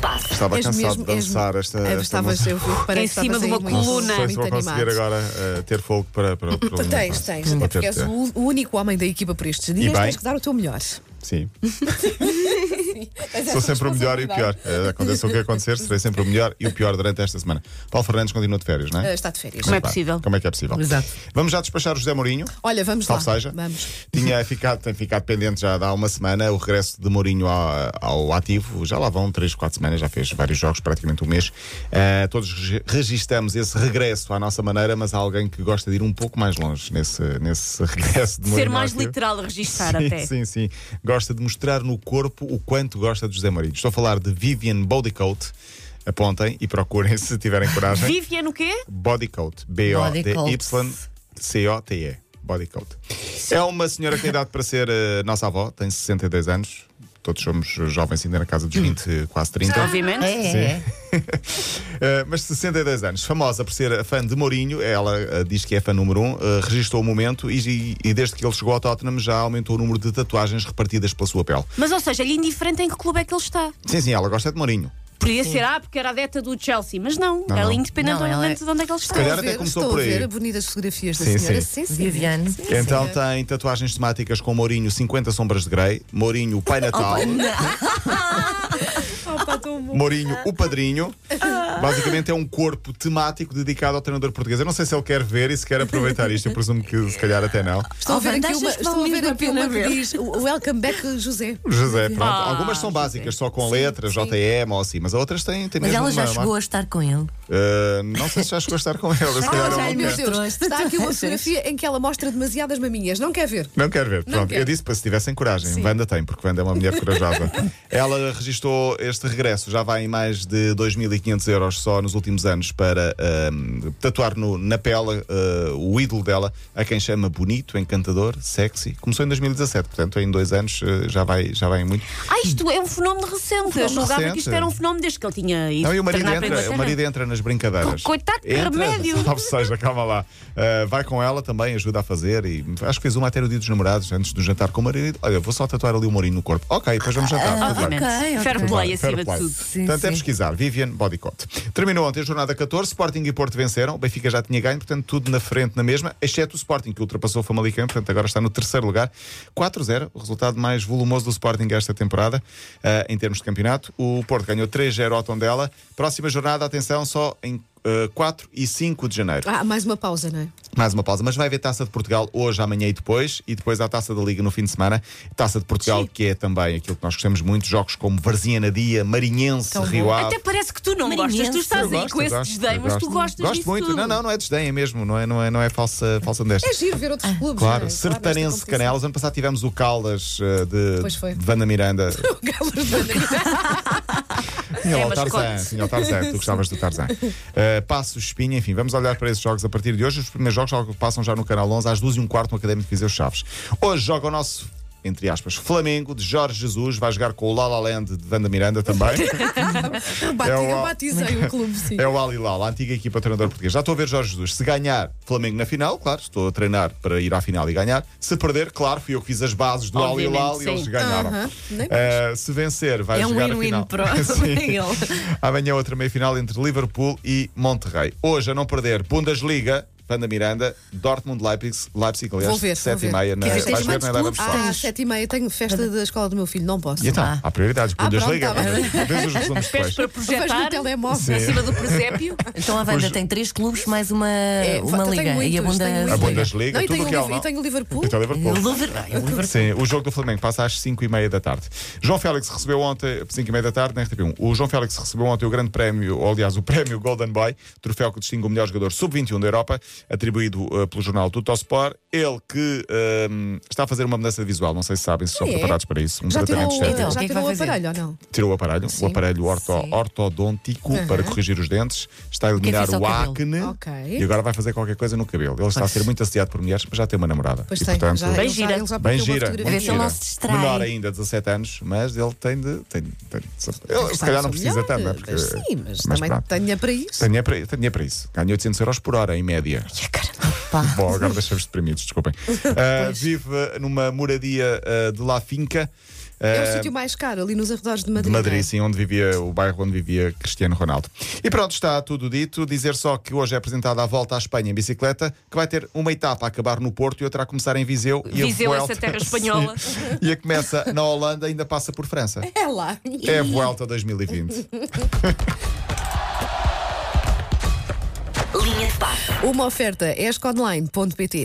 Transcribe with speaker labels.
Speaker 1: Passo.
Speaker 2: Estava
Speaker 3: És
Speaker 2: cansado
Speaker 3: mesmo-
Speaker 2: de dançar
Speaker 3: és-
Speaker 2: esta,
Speaker 3: Ah,
Speaker 2: esta
Speaker 3: Estavas
Speaker 2: música.
Speaker 3: eu
Speaker 1: Em
Speaker 3: parece que estavas
Speaker 1: cima de
Speaker 3: aí
Speaker 1: uma
Speaker 3: muito-
Speaker 1: coluna.
Speaker 2: Não sei se vou
Speaker 3: Muito
Speaker 2: conseguir
Speaker 3: animado.
Speaker 2: agora eh, ter fogo para, para, para o
Speaker 3: Tu Ah, tens, tens. Até porque és um- o u- o único homem da equipa por estes dias,
Speaker 2: bem. Hum?
Speaker 3: tens que dar o teu melhor.
Speaker 2: Sim. Sou sempre o melhor e o pior.
Speaker 3: é
Speaker 2: Eh, Aconteça o que acontecer, serei sempre o melhor e o pior durante esta semana. Paulo Fernandes continua de férias, não
Speaker 3: Ah,
Speaker 2: é?
Speaker 3: está de férias.
Speaker 1: Como é
Speaker 2: Pá,
Speaker 1: possível?
Speaker 2: Como é que é possível?
Speaker 4: Exato.
Speaker 2: Vamos já despachar o José Mourinho.
Speaker 3: Olha, vamos
Speaker 2: Salve
Speaker 3: lá.
Speaker 2: seja.
Speaker 3: Vamos.
Speaker 2: Tinha ficado, tem ficado pendente já há uma semana o regresso de Mourinho ao, ao ativo. Já lá vão 3, 4 semanas, já fez vários jogos, praticamente um mês. Eh, todos regi- registamos esse regresso à nossa maneira, mas há alguém que gosta de ir um pouco mais longe nesse, nesse regresso de
Speaker 1: Ser
Speaker 2: Mourinho. ao
Speaker 1: mais
Speaker 2: ativo.
Speaker 1: literal, registar
Speaker 2: Sim,
Speaker 1: até.
Speaker 2: Sim, sim. Gosta de mostrar no corpo o quanto gosta de José Mourinho. Estou a falar de Vivian Bodycoat. Apontem e procurem se tiverem coragem.
Speaker 1: Vivian o quê?
Speaker 2: É. Bodycoat. B-O-D-Y-C-O-T-E. Bodycoat. É uma senhora que tem idade para ser eh, nossa avó, tem 62 anos. Todos somos jovens, ainda na casa dos 20, quase 30.
Speaker 1: Obviamente.
Speaker 4: É,
Speaker 2: Eh, mas 62 anos, famosa por ser fã de Mourinho, ela eh, diz que é fã número 1, um, eh, registrou o momento e, e desde que ele chegou ao Tottenham já aumentou o número de tatuagens repartidas pela sua pele.
Speaker 1: Mas, ou seja, ele é indiferente em que clube é que ele está.
Speaker 2: Sim, sim, ela gosta de Mourinho.
Speaker 1: Podia ser, ah, porque era adepta do Chelsea, mas não.
Speaker 2: Não,
Speaker 1: ela
Speaker 2: não.
Speaker 1: é independente
Speaker 4: Não, ela é-
Speaker 1: de onde é que ele está.
Speaker 2: Se calhar
Speaker 3: Estou a
Speaker 2: até
Speaker 3: ver-
Speaker 2: começou
Speaker 3: Estou
Speaker 2: por
Speaker 3: a
Speaker 2: aí.
Speaker 3: ver bonitas fotografias da
Speaker 2: Sim,
Speaker 3: senhora.
Speaker 2: sim.
Speaker 3: Sim, sim.
Speaker 4: Viviane.
Speaker 3: Sim,
Speaker 2: Então
Speaker 3: senhor.
Speaker 2: tem tatuagens temáticas com Mourinho 50 sombras de Grey, Mourinho o Pai Natal, Mourinho o Padrinho. Basicamente é um corpo temático dedicado ao treinador português. Eu não sei se ele quer ver e se quer aproveitar isto, eu presumo que se calhar até não.
Speaker 3: Estou a ver
Speaker 4: Alvan,
Speaker 3: aqui uma,
Speaker 4: deixas que
Speaker 3: estou a
Speaker 4: vale
Speaker 3: ver
Speaker 4: mesmo a
Speaker 3: aqui
Speaker 4: pena
Speaker 3: uma que
Speaker 4: ver.
Speaker 3: diz o Welcome Back José.
Speaker 2: José, pronto.
Speaker 1: Ah,
Speaker 2: Algumas são
Speaker 1: José.
Speaker 2: básicas, só com a letra, JM ou assim, mas outras têm, têm
Speaker 4: Mas
Speaker 2: mesmo
Speaker 4: ela já
Speaker 2: uma- uma-
Speaker 4: chegou a estar com ele.
Speaker 2: Uh, não sei se já chegou a estar com ela, se calhar é
Speaker 3: Ah,
Speaker 2: uma
Speaker 3: já, meu
Speaker 2: mulher.
Speaker 3: Deus.
Speaker 4: Trouxe.
Speaker 3: Está aqui uma
Speaker 4: Trouxe.
Speaker 3: fotografia em que ela mostra demasiadas maminhas. Não quer ver?
Speaker 2: Não quero ver, pronto.
Speaker 3: quero.
Speaker 2: Eu disse para se tivessem coragem. Wanda tem, porque Wanda é uma mulher corajosa. Ela registou este regresso, já vai em mais de 2.500 euros só nos últimos anos para ahm, tatuar no- na pele ah, o ídolo dela, a quem chama bonito, encantador, sexy. Começou em 2017, portanto, em dois anos ah, já, vai, já vai em muito.
Speaker 1: Ah, isto é um fenómeno recente. eu julgava
Speaker 2: recente.
Speaker 1: que isto era um fenómeno desde que ele tinha ido.
Speaker 2: Não, e o marido
Speaker 1: treinar para a
Speaker 2: entra, o
Speaker 1: Inglaterra.
Speaker 2: marido entra nas brincadeiras.
Speaker 1: Coitado, que
Speaker 2: Entra,
Speaker 1: remédio.
Speaker 2: Salve seja, calma lá. Ah, vai com ela também, ajuda a fazer. E acho que um fez uma até no dia dos namorados, antes do jantar com o marido. Olha, vou só tatuar ali o Mourinho no corpo. Ok, depois vamos jantar. tudo bem.
Speaker 1: Obviamente.
Speaker 4: Ok, ok.
Speaker 1: Ah, Fair play acima de tudo.
Speaker 4: Sim,
Speaker 2: Portanto, é
Speaker 4: sim.
Speaker 2: pesquisar. Vivian Bodycott. Terminou ontem a jornada 14. Sporting e Porto venceram. O Benfica já tinha ganho, portanto, tudo na frente, na mesma, exceto o Sporting, que ultrapassou o Famalicão. Portanto, agora está no terceiro lugar. 4-0, o resultado mais volumoso do Sporting esta temporada, ah, em termos de campeonato. O Porto ganhou 3-0 ao Tondela. Próxima jornada, atenção, só em ah, 4 e 5 de janeiro.
Speaker 3: Ah, mais uma pausa, não é?
Speaker 2: Mais uma pausa, mas vai haver Taça de Portugal hoje, amanhã e depois, e depois há Taça da Liga no fim de semana. Taça de Portugal, que é também aquilo que nós gostamos muito, jogos como Varzia na Dia, Marinhense,
Speaker 3: Tão bom.
Speaker 2: Rio Ave.
Speaker 1: Até parece que tu não
Speaker 4: Marinhense.
Speaker 1: gostas. Tu
Speaker 2: Ah. Eu
Speaker 1: estás aí
Speaker 2: gosto,
Speaker 1: com esse
Speaker 2: gosto,
Speaker 1: desdém,
Speaker 2: eu
Speaker 1: mas tu
Speaker 2: gosto.
Speaker 1: gostas
Speaker 2: Gosto
Speaker 1: disso
Speaker 2: muito.
Speaker 1: tudo.
Speaker 2: Não, não, não é desdém, é mesmo, não é, não é, não é falsa, falsa desta.
Speaker 3: É giro ver outros clubes. não
Speaker 2: Ah. Claro,
Speaker 3: é?
Speaker 2: Sertarense
Speaker 3: nesta
Speaker 2: Canelas. Ano passado tivemos o Caldas eh,
Speaker 3: Pois
Speaker 2: de,
Speaker 3: foi.
Speaker 2: de Vanda Miranda.
Speaker 3: competição. Galas Banana.
Speaker 2: Tinha lá
Speaker 1: É,
Speaker 2: o
Speaker 1: mas
Speaker 2: Tarzan,
Speaker 1: conte.
Speaker 2: tinha o Tarzan, tu gostavas do Tarzan. Uh, Passo, Espinha, enfim, vamos olhar para esses jogos a partir de hoje. Os primeiros jogos já passam já no Canal 11 às 12 h 15 no Académico Viseu Chaves. Hoje joga o nosso, entre aspas, Flamengo de Jorge Jesus, vai jogar com o Lala Land de Vanda Miranda também.
Speaker 3: Bati-
Speaker 2: É o-
Speaker 3: Eu batizei o clube, sim.
Speaker 2: É o Al Hilal, a antiga equipa de treinador português. Já estou a ver Jorge Jesus. Se ganhar, Flamengo na final, claro, estou a treinar para ir à final e ganhar. Se perder, claro, fui eu que fiz as bases do Al
Speaker 1: Obviamente,
Speaker 2: Hilal e
Speaker 1: sim.
Speaker 2: eles ganharam.
Speaker 3: Aham, nem
Speaker 2: Eh, se vencer, vai
Speaker 4: É um
Speaker 2: jogar a
Speaker 4: win-win
Speaker 2: final.
Speaker 4: para-
Speaker 2: Sim.
Speaker 4: para ele.
Speaker 2: Amanhã outra meia-final entre Liverpool e Monterrey. Hoje, a não perder, Bundesliga, Vanda Miranda, Dortmund, Leipzig, Leipzig aliás,
Speaker 3: Vou ver, vou
Speaker 2: 7 e
Speaker 3: ver.
Speaker 2: meia na
Speaker 4: Quer dizer, tens
Speaker 2: vais ver
Speaker 4: muitos
Speaker 2: na Live
Speaker 4: clubes,
Speaker 2: Pessoal.
Speaker 3: Ah, às sete e meia tenho festa da escola do meu filho, não posso.
Speaker 2: E então,
Speaker 4: Ah.
Speaker 2: há prioridades.
Speaker 3: Ah, pronto,
Speaker 2: Bundesliga,
Speaker 3: tá bem.
Speaker 2: vês os resumos
Speaker 1: Pés
Speaker 2: depois.
Speaker 1: para
Speaker 3: Vejo no
Speaker 1: projetar
Speaker 3: telemóvel. É,
Speaker 4: Ah,
Speaker 1: em
Speaker 2: É.
Speaker 1: cima do presépio.
Speaker 4: Então a Wanda tem três clubes, mais uma,
Speaker 2: É,
Speaker 4: uma
Speaker 3: eu tenho
Speaker 4: liga.
Speaker 3: muitos,
Speaker 4: e a bunda.
Speaker 3: tenho muitos.
Speaker 2: A Bundesliga,
Speaker 3: Não, e
Speaker 2: tudo
Speaker 3: tenho
Speaker 2: o que é
Speaker 3: o
Speaker 2: há,
Speaker 3: Liv-
Speaker 2: não?
Speaker 3: E tenho o Liverpool.
Speaker 2: Então,
Speaker 4: O
Speaker 2: Liverpool.
Speaker 4: Liverpool. O Liverpool.
Speaker 2: Sim, o jogo do Flamengo passa às 5h30 da tarde. João Félix recebeu ontem, 5h30 da tarde, na RTP1. O João Félix recebeu ontem o grande prémio, ou aliás, o prémio Golden Boy, troféu que distingue o melhor jogador sub-21 da Europa, atribuído eh, pelo jornal Tuttosport. Ele que ehm, está a fazer uma mudança visual, não sei se sabem, se estão
Speaker 3: Ah, é?
Speaker 2: preparados para isso. Um
Speaker 3: Já tirou,
Speaker 2: tratamento estético.
Speaker 4: Então, o que
Speaker 3: já
Speaker 4: é que
Speaker 3: tirou o
Speaker 4: vai fazer?
Speaker 3: aparelho ou não?
Speaker 2: Tirou o aparelho,
Speaker 3: Sim.
Speaker 2: o aparelho orto-
Speaker 4: Sim.
Speaker 2: ortodôntico
Speaker 3: Aham.
Speaker 2: para corrigir os dentes, está a eliminar
Speaker 4: fez ao
Speaker 2: o
Speaker 4: cabelo.
Speaker 2: acne
Speaker 3: Ok.
Speaker 2: e agora vai fazer qualquer coisa no cabelo. Ele está a ser muito assediado por mulheres, mas já tem uma namorada.
Speaker 3: Pois
Speaker 2: e,
Speaker 3: tem.
Speaker 2: portanto,
Speaker 3: já,
Speaker 1: Bem
Speaker 3: ele já-
Speaker 1: gira.
Speaker 3: ele já
Speaker 2: Bem
Speaker 3: partiu uma
Speaker 2: gira,
Speaker 3: fotografia.
Speaker 2: muito
Speaker 4: Vê se ele
Speaker 2: gira.
Speaker 4: não se distrai.
Speaker 2: Menor ainda, 17 anos, mas ele tem de. Tem, tem, ele, se calhar não precisa tanto, não é? Porque,
Speaker 3: Mas Sim, mas,
Speaker 2: mas
Speaker 3: também
Speaker 2: pronto.
Speaker 3: tenho tenha para isso.
Speaker 2: Tinha para, tinha para isso. Ganha 800 euros por hora, em média.
Speaker 4: Pá.
Speaker 2: Bom, agora deixamos deprimidos, desculpem. Ah, vive numa moradia ah, de La Finca.
Speaker 3: É
Speaker 2: Ah,
Speaker 3: o sítio mais caro, ali nos arredores de Madrid. é?
Speaker 2: Madrid, sim, onde vivia o bairro onde vivia Cristiano Ronaldo. E pronto, está tudo dito. Dizer só que hoje é apresentada a volta à Espanha em bicicleta, que vai ter uma etapa a acabar no Porto e outra a começar em Viseu. e a
Speaker 1: Viseu, essa
Speaker 2: Vuelta-
Speaker 1: terra espanhola.
Speaker 2: Sim. e a começa na Holanda e ainda passa por França.
Speaker 3: É lá.
Speaker 2: É a Vuelta 2020.
Speaker 4: Linha de passe.
Speaker 3: é Uma oferta, esconline.pt